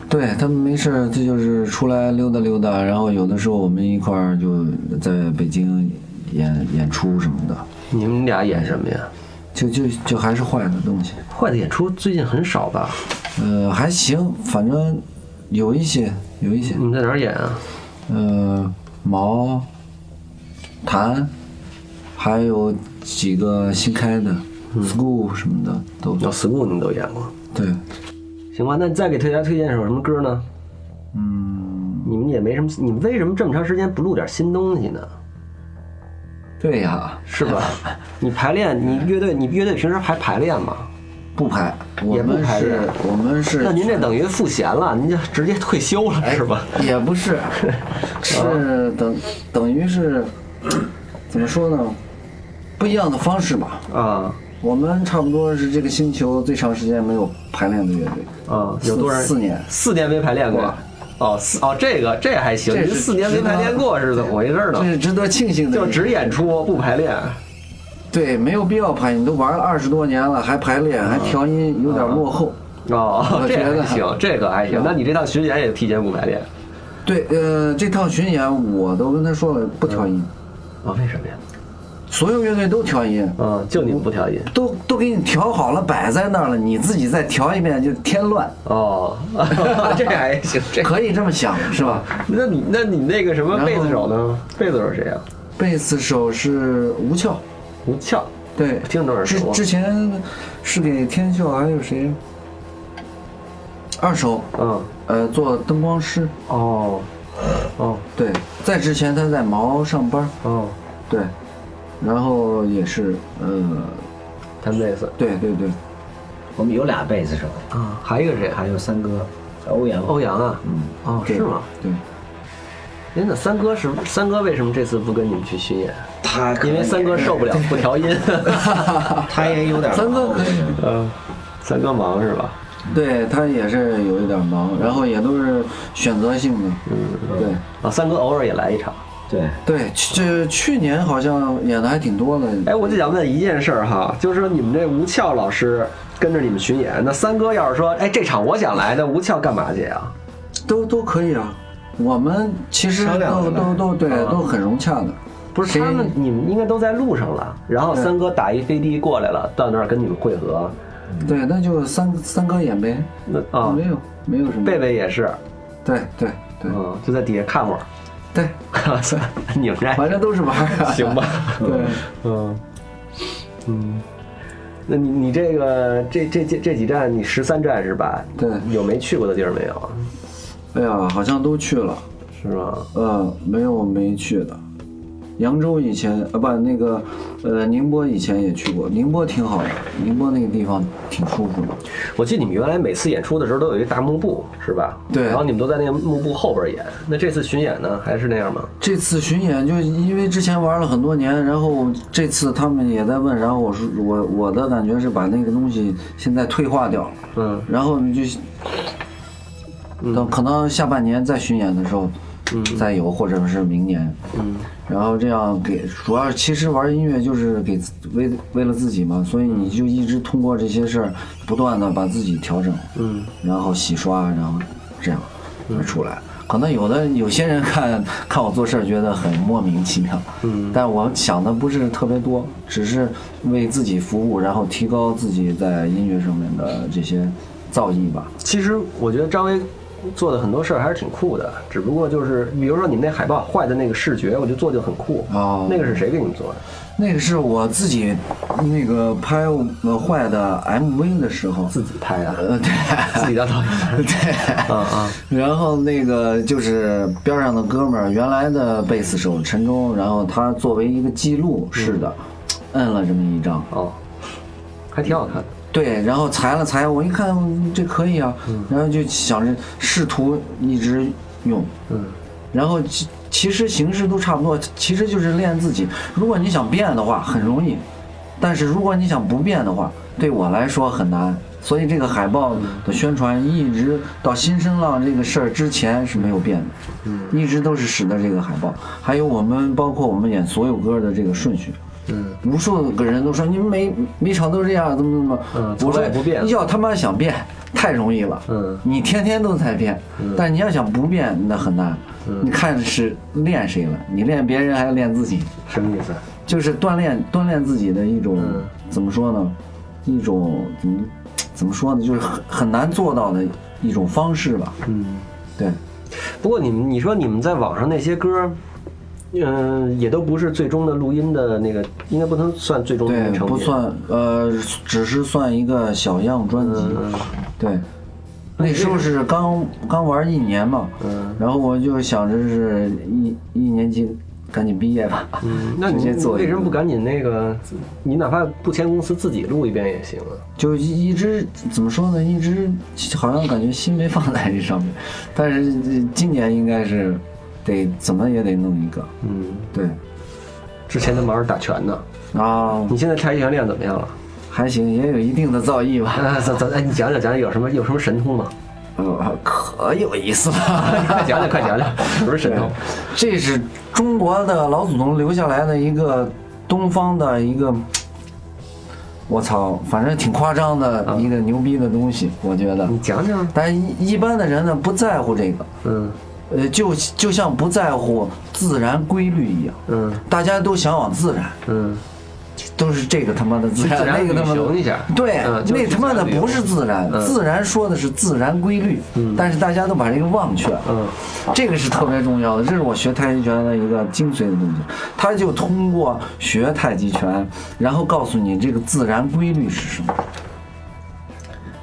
对他们没事儿，这就是出来溜达溜达，然后有的时候我们一块儿就在北京演演出什么的，
你们俩演什么呀？
就就就还是坏的东西，
坏的演出最近很少吧？
呃，还行，反正有一些有一些，
你们在哪儿演啊？
呃，毛、弹，还有几个新开的
嗯
school 什么的都
哦，school 你们都演过。
对，
行吧，那你再给大家推荐一首什么歌呢？嗯，你们也没什么，你们为什么这么长时间不录点新东西呢？
对呀、
是 吧？你排练，你乐队，你乐队平时还排练吗？
不排，我
也不
们
排
是
练，
我们是哎
那您这等于赋闲了，您就直接退休了是吧？
也不 是，是等等于是怎么说呢？不一样的方式吧。
啊
我们差不多是这个星球最长时间没有排练的乐队，
啊，有多少人？
四四年
四年没排练过。哦，四哦，这个这还行，
这
您
是
四年没排练过是怎么回事
这
呢？
是值得庆幸的一
就
点。
只演出不排练，
对，没有必要排，你都玩了二十多年了，还排练，
嗯
还调音，有点落后。
哦，
我
这
觉得
还行，这个还行。那你这趟巡演也提前不排练
对，呃，这趟巡演我都跟他说了不调音，
啊？为什么呀？
所有乐队都调音，
嗯，就你们不调音
都都给你调好了，摆在那儿了，你自己再调一遍就添乱。
哦， 这还行，这
可以这么想是吧？
那你那你那个什么
然后
贝斯手呢？贝斯手是谁啊？
贝斯手是吴俏，
吴俏，
对，
听着耳
之
熟啊
之前是给天笑还有谁？二手，
嗯，
呃，做灯光师，
哦，哦
对，在之前他在毛上班，
哦，
对，然后也是，呃，
弹贝斯
对对对，
我们有俩贝斯手，
啊，还有一个谁？
还有三哥，欧阳。
欧阳啊，嗯，哦，
对
是吗？？
对，
您那三哥是三哥为什么这次不跟你们去巡演？
他可
因为
能
三哥
也是
受不了，不调 音。
他也有点
三哥
毛病
嗯，三哥忙是吧？
对他也是有一点忙，然后也都是选择性的，嗯，对。
啊，三哥偶尔也来一场。
对，
对，去这去年好像演的还挺多的，
哎，我就想问一件事儿哈，就是说你们这吴俏老师跟着你们巡演，那三哥要是说，哎，这场我想来，那吴俏干嘛去啊？
都都可以啊。我们其实
商量啊
都
着
都
来
都对，都很融洽的。
不是
谁
他们，你们应该都在路上了。然后三哥打一飞的过来了，到那儿跟你们会合。
对，那就三三哥演呗，
那嗯啊，
没有没有什么。
贝贝也是，
对对对
嗯，就在底下看会
对，
儿。 你们这
反正都是玩儿。
哎行吧？
对，
嗯嗯，那你你这个这这这这几站，你十三站是吧？
对
有没去过的地儿没有？
哎呀，好像都去了。
是吗？
呃，没有没去的。扬州以前啊，不，那个，呃，宁波以前也去过，宁波挺好的，宁波那个地方挺舒服的。
我记得你们原来每次演出的时候都有一大幕布，是吧？
对
然后你们都在那个幕布后边演。那这次巡演呢，还是那样吗？
这次巡演就因为之前玩了很多年，然后这次他们也在问，然后我说我我的感觉是把那个东西现在退化掉了，
嗯，
然后你就等可能下半年再巡演的时候，再有或者是明年，嗯，然后这样给主要其实玩音乐就是给自为为了自己嘛，所以你就一直通过这些事儿不断的把自己调整，嗯，然后洗刷，然后这样出来。可能有的有些人看看我做事儿觉得很莫名其妙，嗯，但我想的不是特别多，只是为自己服务，然后提高自己在音乐上面的这些造诣吧。
其实我觉得张威做的很多事儿还是挺酷的，只不过就是比如说你们那海报坏的那个视觉，我就做就很酷。
哦
那个是谁给你们做的？
那个是我自己那个拍呃坏的 MV 的时候
自己拍的，
呃，对，
自己当导 演。
对，
啊啊，
然后那个就是边上的哥们儿，原来的贝斯手陈忠，然后他作为一个记录式的，
嗯
摁了这么一张，
哦，还挺好看的。
对，然后裁了裁，我一看嗯这可以啊，然后就想着试图一直用，
嗯，
然后其其实形式都差不多，其实就是练自己。如果你想变的话，很容易；但是如果你想不变的话，对我来说很难。所以这个海报的宣传一直到新声浪这个事儿之前是没有变的，嗯，一直都是使的这个海报，还有我们包括我们演所有歌的这个顺序，嗯，无数个人都说你们每每场都这样，怎么怎么，
嗯从
我说
来不变
要他妈想变太容易了，
嗯
你天天都在变，但你要想不变那很难，
嗯
你看是练谁了，你练别人还是练自己？
什么意思？
就是锻炼锻炼自己的一种、
嗯
怎么说呢，一种怎么怎么说呢，就是很很难做到的一种方式吧。
嗯。
对，
不过你们，你说你们在网上那些歌，嗯、也都不是最终的录音的那个，应该不能算最终的
对，
成品。
不算呃，只是算一个小样专辑。
嗯
对，那时候是刚刚玩一年嘛，
哎嗯
然后我就想着是一一年级赶紧毕业吧，
嗯。那你
直接
你
做一
为
个
什么不赶紧那个？你哪怕不签公司，自己录一遍也行啊。
就一一直怎么说呢？一直好像感觉心没放在这上面，但是呃今年应该是得怎么也得弄一个。
嗯，
对，
之前在忙着打拳 呢，
啊，
你现在太极拳练得怎么样了？
还行，也有一定的造诣吧。
啊，咱咱哎，你讲讲讲讲有什么有什么神通吗？
呃，可有意思了。
快讲讲快 讲讲，有什么神
对
通？
这是中国的老祖宗留下来的一个东方的一个，我操，反正挺夸张的
嗯
一个牛逼的东西，我觉得。
你讲讲。
但一一般的人呢不在乎这个，
嗯
呃，就就像不在乎自然规律一样，
嗯
大家都向往自然，
嗯，
都是这个他妈的自
自
然，
然
那个他妈
旅行一下
的，对
嗯，就是
那他妈的
自然旅游
不是自然，
嗯
自然说的是自然规律，但是大家都把这个忘却了，
嗯
这个是特别重要的，这是我学太极拳的一个精髓的东西。他就通过学太极拳，然后告诉你这个自然规律是什么。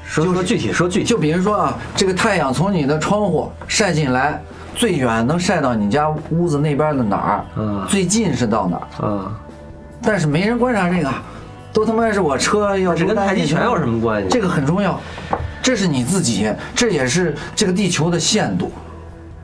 说说具体说具体。
就比如说啊，这个太阳从你的窗户晒进来，最远能晒到你家屋子那边的哪儿？
嗯
最近是到哪儿？
啊，
但是没人观察这个，都他妈是我车要
这跟太极拳有什么关系
这个很重要，这是你自己，这也是这个地球的限度，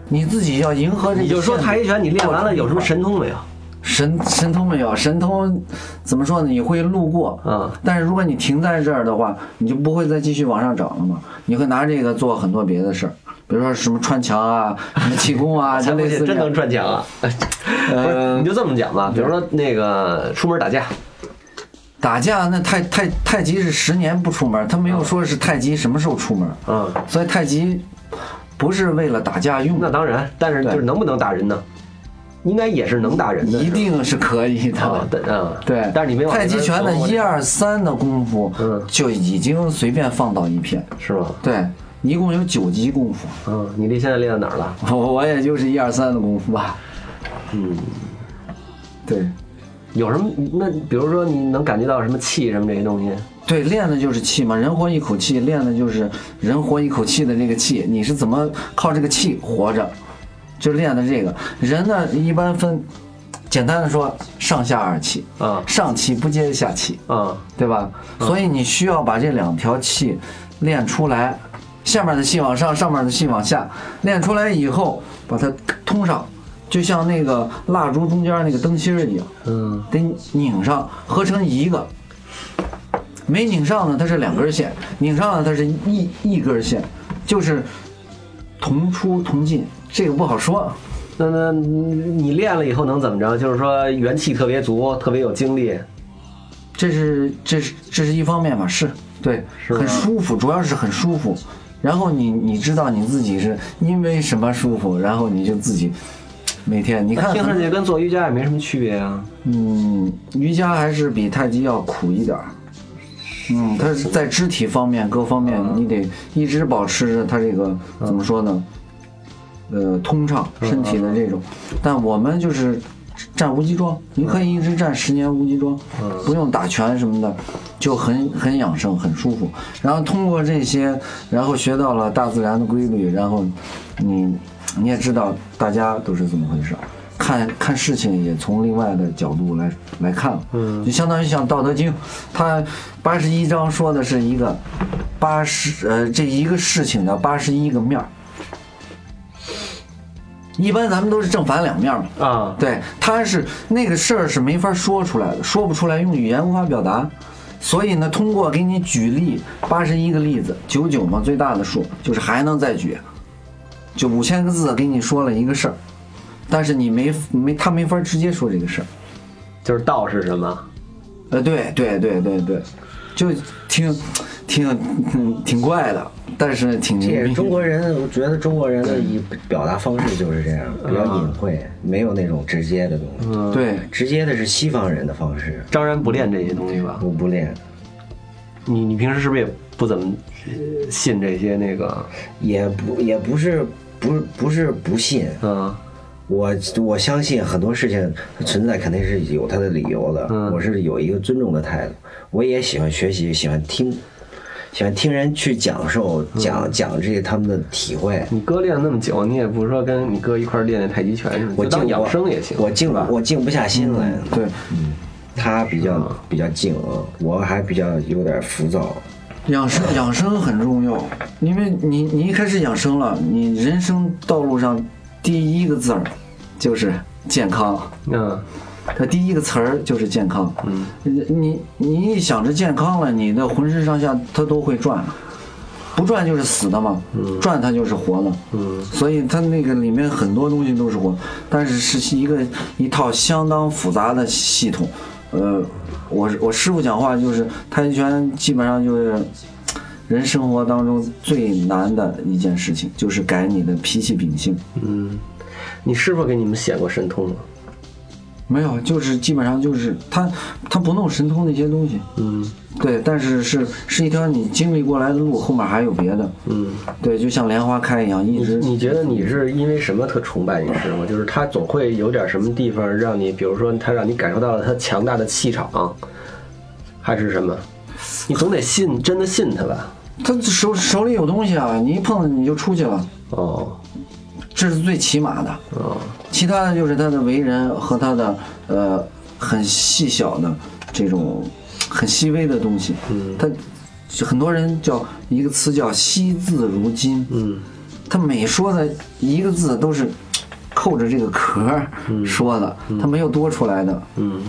你自己要迎合这个限
你
度。
就说太极拳你练完了有什么神通没有？
神神通没有？神通怎么说呢？你会路过，
嗯
但是如果你停在这儿的话，你就不会再继续往上涨了嘛。你会拿这个做很多别的事儿，比如说什么穿墙啊、什么气功 啊，
才
就
不
类
信
似这
真
样
能赚钱嗯啊！ 不是，你就这么讲吧，比如说那个出门打架，
打架那太太太极是十年不出门，他没有说是太极什么时候出门，
嗯，
所以太极不是为了打架用
那
的，
当然，但是就是
对
能不能打人呢？应该也是能打人的，
一定是可以
是吧啊
的，。
但啊，
对，
但是你没往
太极拳
那
的
边琢磨
一二三的功夫
嗯，
就已经随便放倒一片。
是吗？
对，一共有九级功夫，
嗯，你这现在练到哪儿了？
我我也就是一二三的功夫吧。
嗯，
对，
有什么？那比如说你能感觉到什么气什么这些东西？
对，练的就是气嘛，人活一口气，练的就是人活一口气的这个气，你是怎么靠这个气活着，就练的这个。人呢，一般分，简单的说，上下二气
啊
上气不接下气，
啊，
对吧？所以你需要把这两条气练出来，下面的气往上，上面的气往下，练出来以后把它通上，就像那个蜡烛中间那个灯芯儿一样，
嗯，
得拧上，合成一个。没拧上呢，它是两根线；拧上了，它是一一根线，就是同出同进，这个不好说。
那那你练了以后能怎么着？就是说元气特别足，特别有精 力。
这是这是这是一方面嘛，是对，
吧
很舒服，主要是很舒服。然后你你知道你自己是因为什么舒服，然后你就自己每天你看
听上
很，嗯
去跟做瑜伽也没什么区别啊。
嗯，瑜伽还是比太极要苦一点儿，嗯，他是在肢体方面各方面，你得一直保持着他这个怎么说呢？呃，通畅身体的这种。但我们就是站无极桩，你可以一直站十年无极桩，不用打拳什么的，就很很养生，很舒服。然后通过这些，然后学到了大自然的规律，然后你你也知道大家都是怎么回事儿。看看事情也从另外的角度来来看了，嗯，就相当于像《道德经》，它八十一章说的是一个八十呃这一个事情的八十一个面儿，一般咱们都是正反两面嘛，
啊，
对，他是那个事儿是没法说出来的，说不出来，用语言无法表达。所以呢，通过给你举例，八十一个例子，九九嘛，最大的数就是还能再举，就五千个字给你说了一个事儿，但是你没没他没法直接说这个事儿，
就是道是什么？
呃，对对对对对，就挺挺嗯挺怪的，但是挺
这
牛
也
逼
是中国人，我觉得中国人的一表达方式就是这样，
嗯
比较隐晦，没有那种直接的东西。
对
直接的是西方人的方式，
张然不练这些东西吧？
我不练，
你你平时是不是也不怎么呃信这些那个？
也不也不是不不是不信，
嗯
我我相信很多事情存在肯定是有它的理由的，
嗯
我是有一个尊重的态度。我也喜欢学习，喜欢听，喜欢听人去讲授
嗯
讲讲这些他们的体会。
你哥练那么久，你也不是说跟你哥一块儿练练太极拳什么的，
我
就当
静
养
我
生也行，
我静
是吧？嗯
我静不下心来。
对，
他比较比较静，我还比较有点浮躁。
养生养生很重要，因为你你一开始养生了，你人生道路上第一个字儿就是健康，
嗯，
它第一个词儿就是健康。嗯，你你一想着健康了，你的浑身上下它都会转了。不转就是死的嘛，转它就是活的，嗯，所以它那个里面很多东西都是活，但是是一个一套相当复杂的系统，呃，我我师傅讲话就是太极拳基本上就是嘖人生活当中最难的一件事情，就是改你的脾气秉性，
嗯你师傅给你们显过神通吗？
没有，就是基本上就是他他不弄神通那些东西，
嗯
对，但是是是一条你经历过来的路，后面还有别的，
嗯，
对，就像莲花开一样，一
你
直
嗯你觉得你是因为什么特崇拜你师傅？就是他总会有点什么地方让你，比如说他让你感受到了他强大的气场，还是什么？你总得信，真的信他吧？
他手手里有东西啊，你一碰你就出去了，
哦
这是最起码的。
哦，
其他的就是他的为人和他的呃很细小的这种很细微的东西。嗯，他就很多人叫一个词叫惜字如金。
嗯，
他每说的一个字都是扣着这个壳儿说的，他没有多出来的。
嗯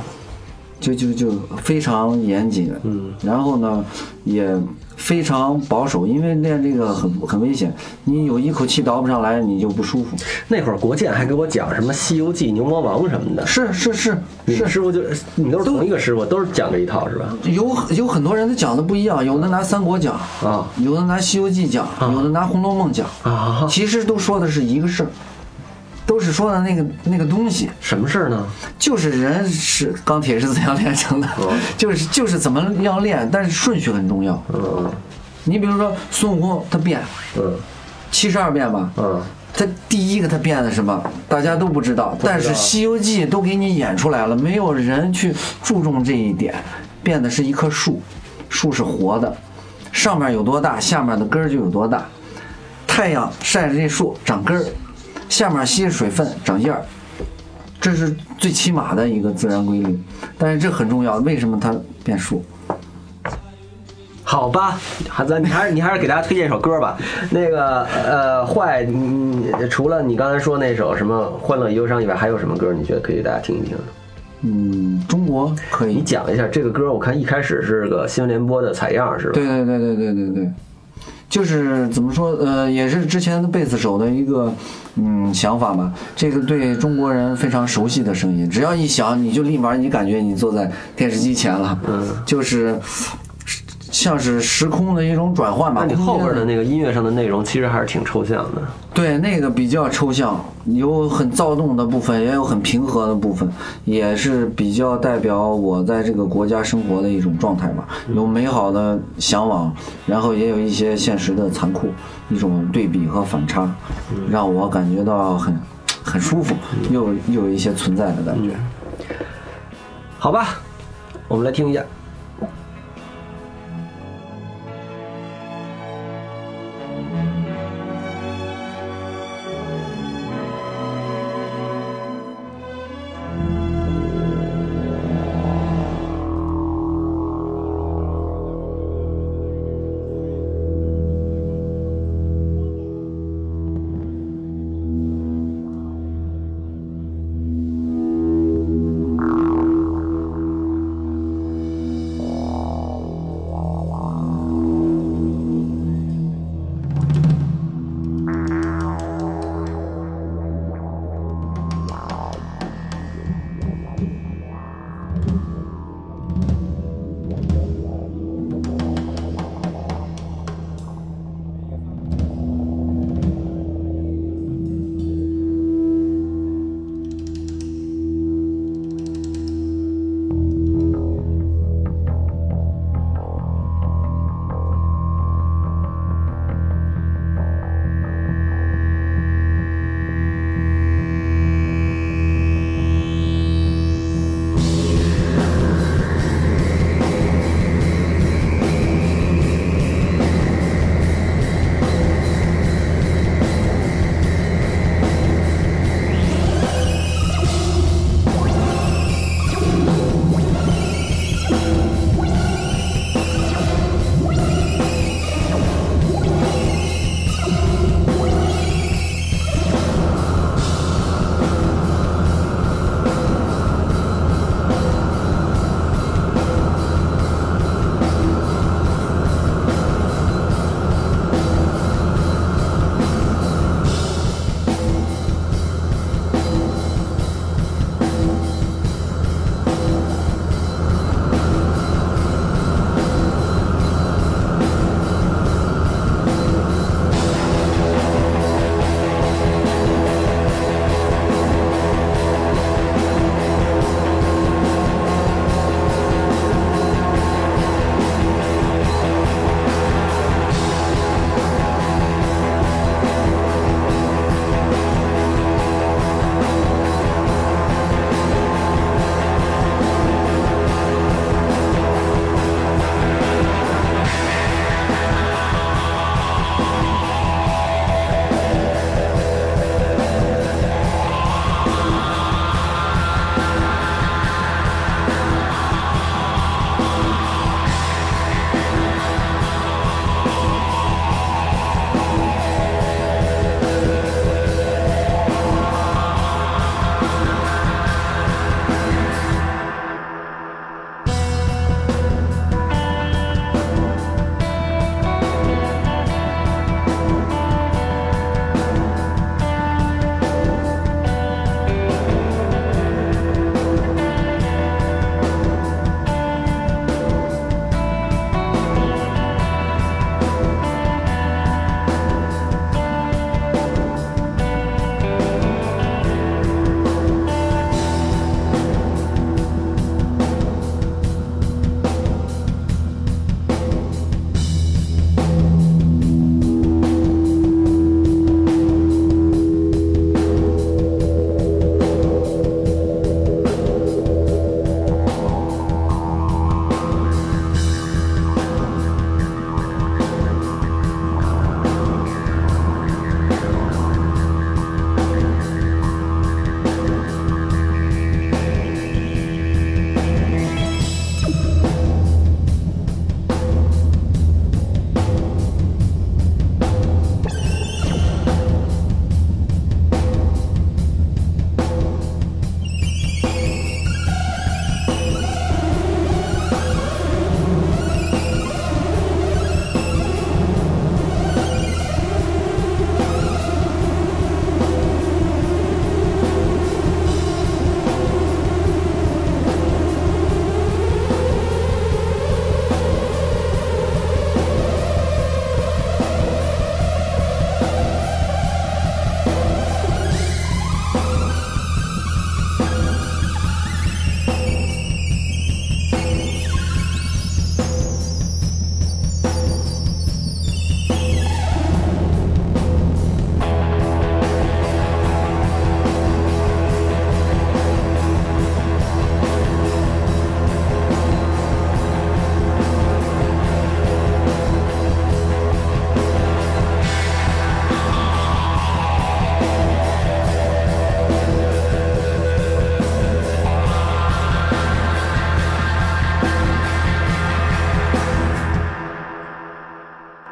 就就就非常严谨，
嗯，
然后呢也非常保守，因为练这个很很危险，你有一口气倒不上来，你就不舒服。
那会儿国建还给我讲什么《西游记》《牛魔王》什么的。
是是是
你们
是，
师傅就是你都是同一个师傅，都是讲这一套是吧？
有有很多人他讲的不一样，有的拿《三国》讲，
啊
有的拿《西游记》讲，有的拿《红楼梦》讲，
啊，
其实都说的是一个事儿，都是说的那个那个东西。
什么事儿呢？
就是人是钢铁是怎样炼成的，
哦
就是就是怎么样练，但是顺序很重要。
嗯
你比如说孙悟空他变，
嗯
七十二变吧，
嗯，
他第一个他变的什么，大家都不知道，但是《西游记》都给你演出来了，没有人去注重这一点，变的是一棵树，树是活的，上面有多大，下面的根儿就有多大，太阳晒着这树长根儿，下面吸着水分长叶儿，这是最起码的一个自然规律，但是这很重要，为什么它变树？
好吧，还咱你还是你还是给大家推荐一首歌吧。那个呃，坏，你你除了你刚才说那首什么《欢乐忧伤》以外，还有什么歌你觉得可以给大家听一听？
嗯，中国可
你
以，
讲一下这个歌，我看一开始是个新闻联播的采样是吧？
对，对对对对对对，就是怎么说，呃，也是之前的贝斯手的一个嗯想法吧。这个对中国人非常熟悉的声音，只要
嗯
一响，你就立马你感觉你坐在电视机前了，嗯，就是。像是时空的一种转换吧。
那你后边
空
的
间
那个音乐上的内容其实还是挺抽象的。
对那个比较抽象，有很躁动的部分，也有很平和的部分，也是比较代表我在这个国家生活的一种状态吧。有美好的向往，然后也有一些现实的残酷，一种对比和反差，让我感觉到很很舒服，又又有一些存在的
嗯
感觉。
好吧，我们来听一下。
我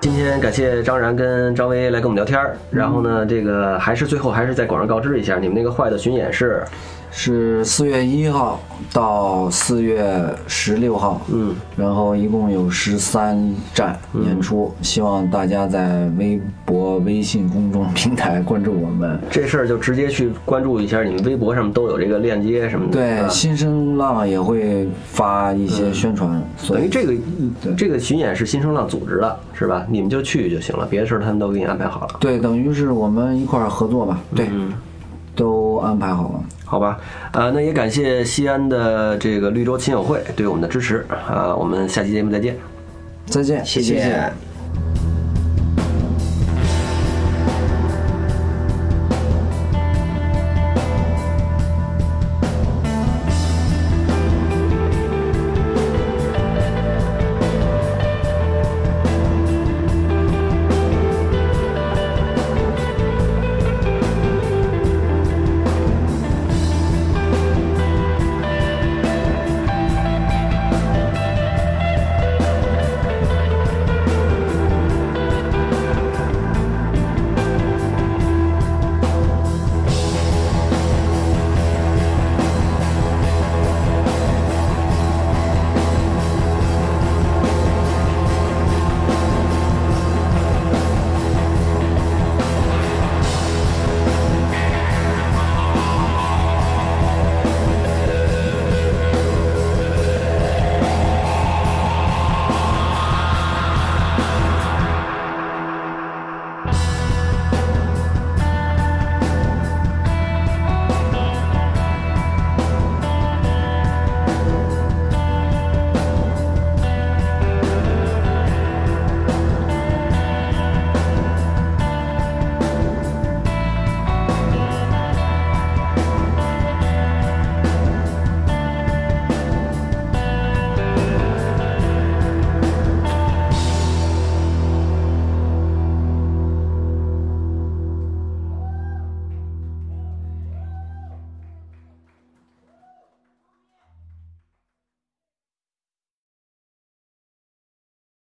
天感谢张然跟张威来跟我们聊天儿。然后呢，这个还是最后还是在广上告知一下，你们那个坏的巡演是
是四月一号到四月十六号，嗯，然后一共有十三站
嗯
演出，希望大家在微博、微信公众平台关注我们。
嗯
这事儿就直接去关注一下，你们微博上都有这个链接什么的。
对，
嗯
啊
新声浪也会发一些宣传，所
等
哎
于
以
这个
对
这个巡演是新声浪组织的，是吧？你们就去就行了，别的事儿他们都给你安排好了，
对，等于是我们一块儿合作吧，对，
嗯
都安排好了。
好吧？啊，那也感谢西安的这个绿洲亲友会对我们的支持啊，我们下期节目再见。
再见，
谢谢